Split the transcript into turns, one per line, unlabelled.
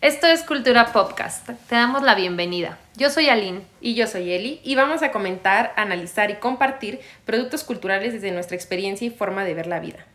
Esto es Cultura Podcast. Te damos la bienvenida. Yo soy Aline.
Y yo soy Eli y vamos a comentar, analizar y compartir productos culturales desde nuestra experiencia y forma de ver la vida.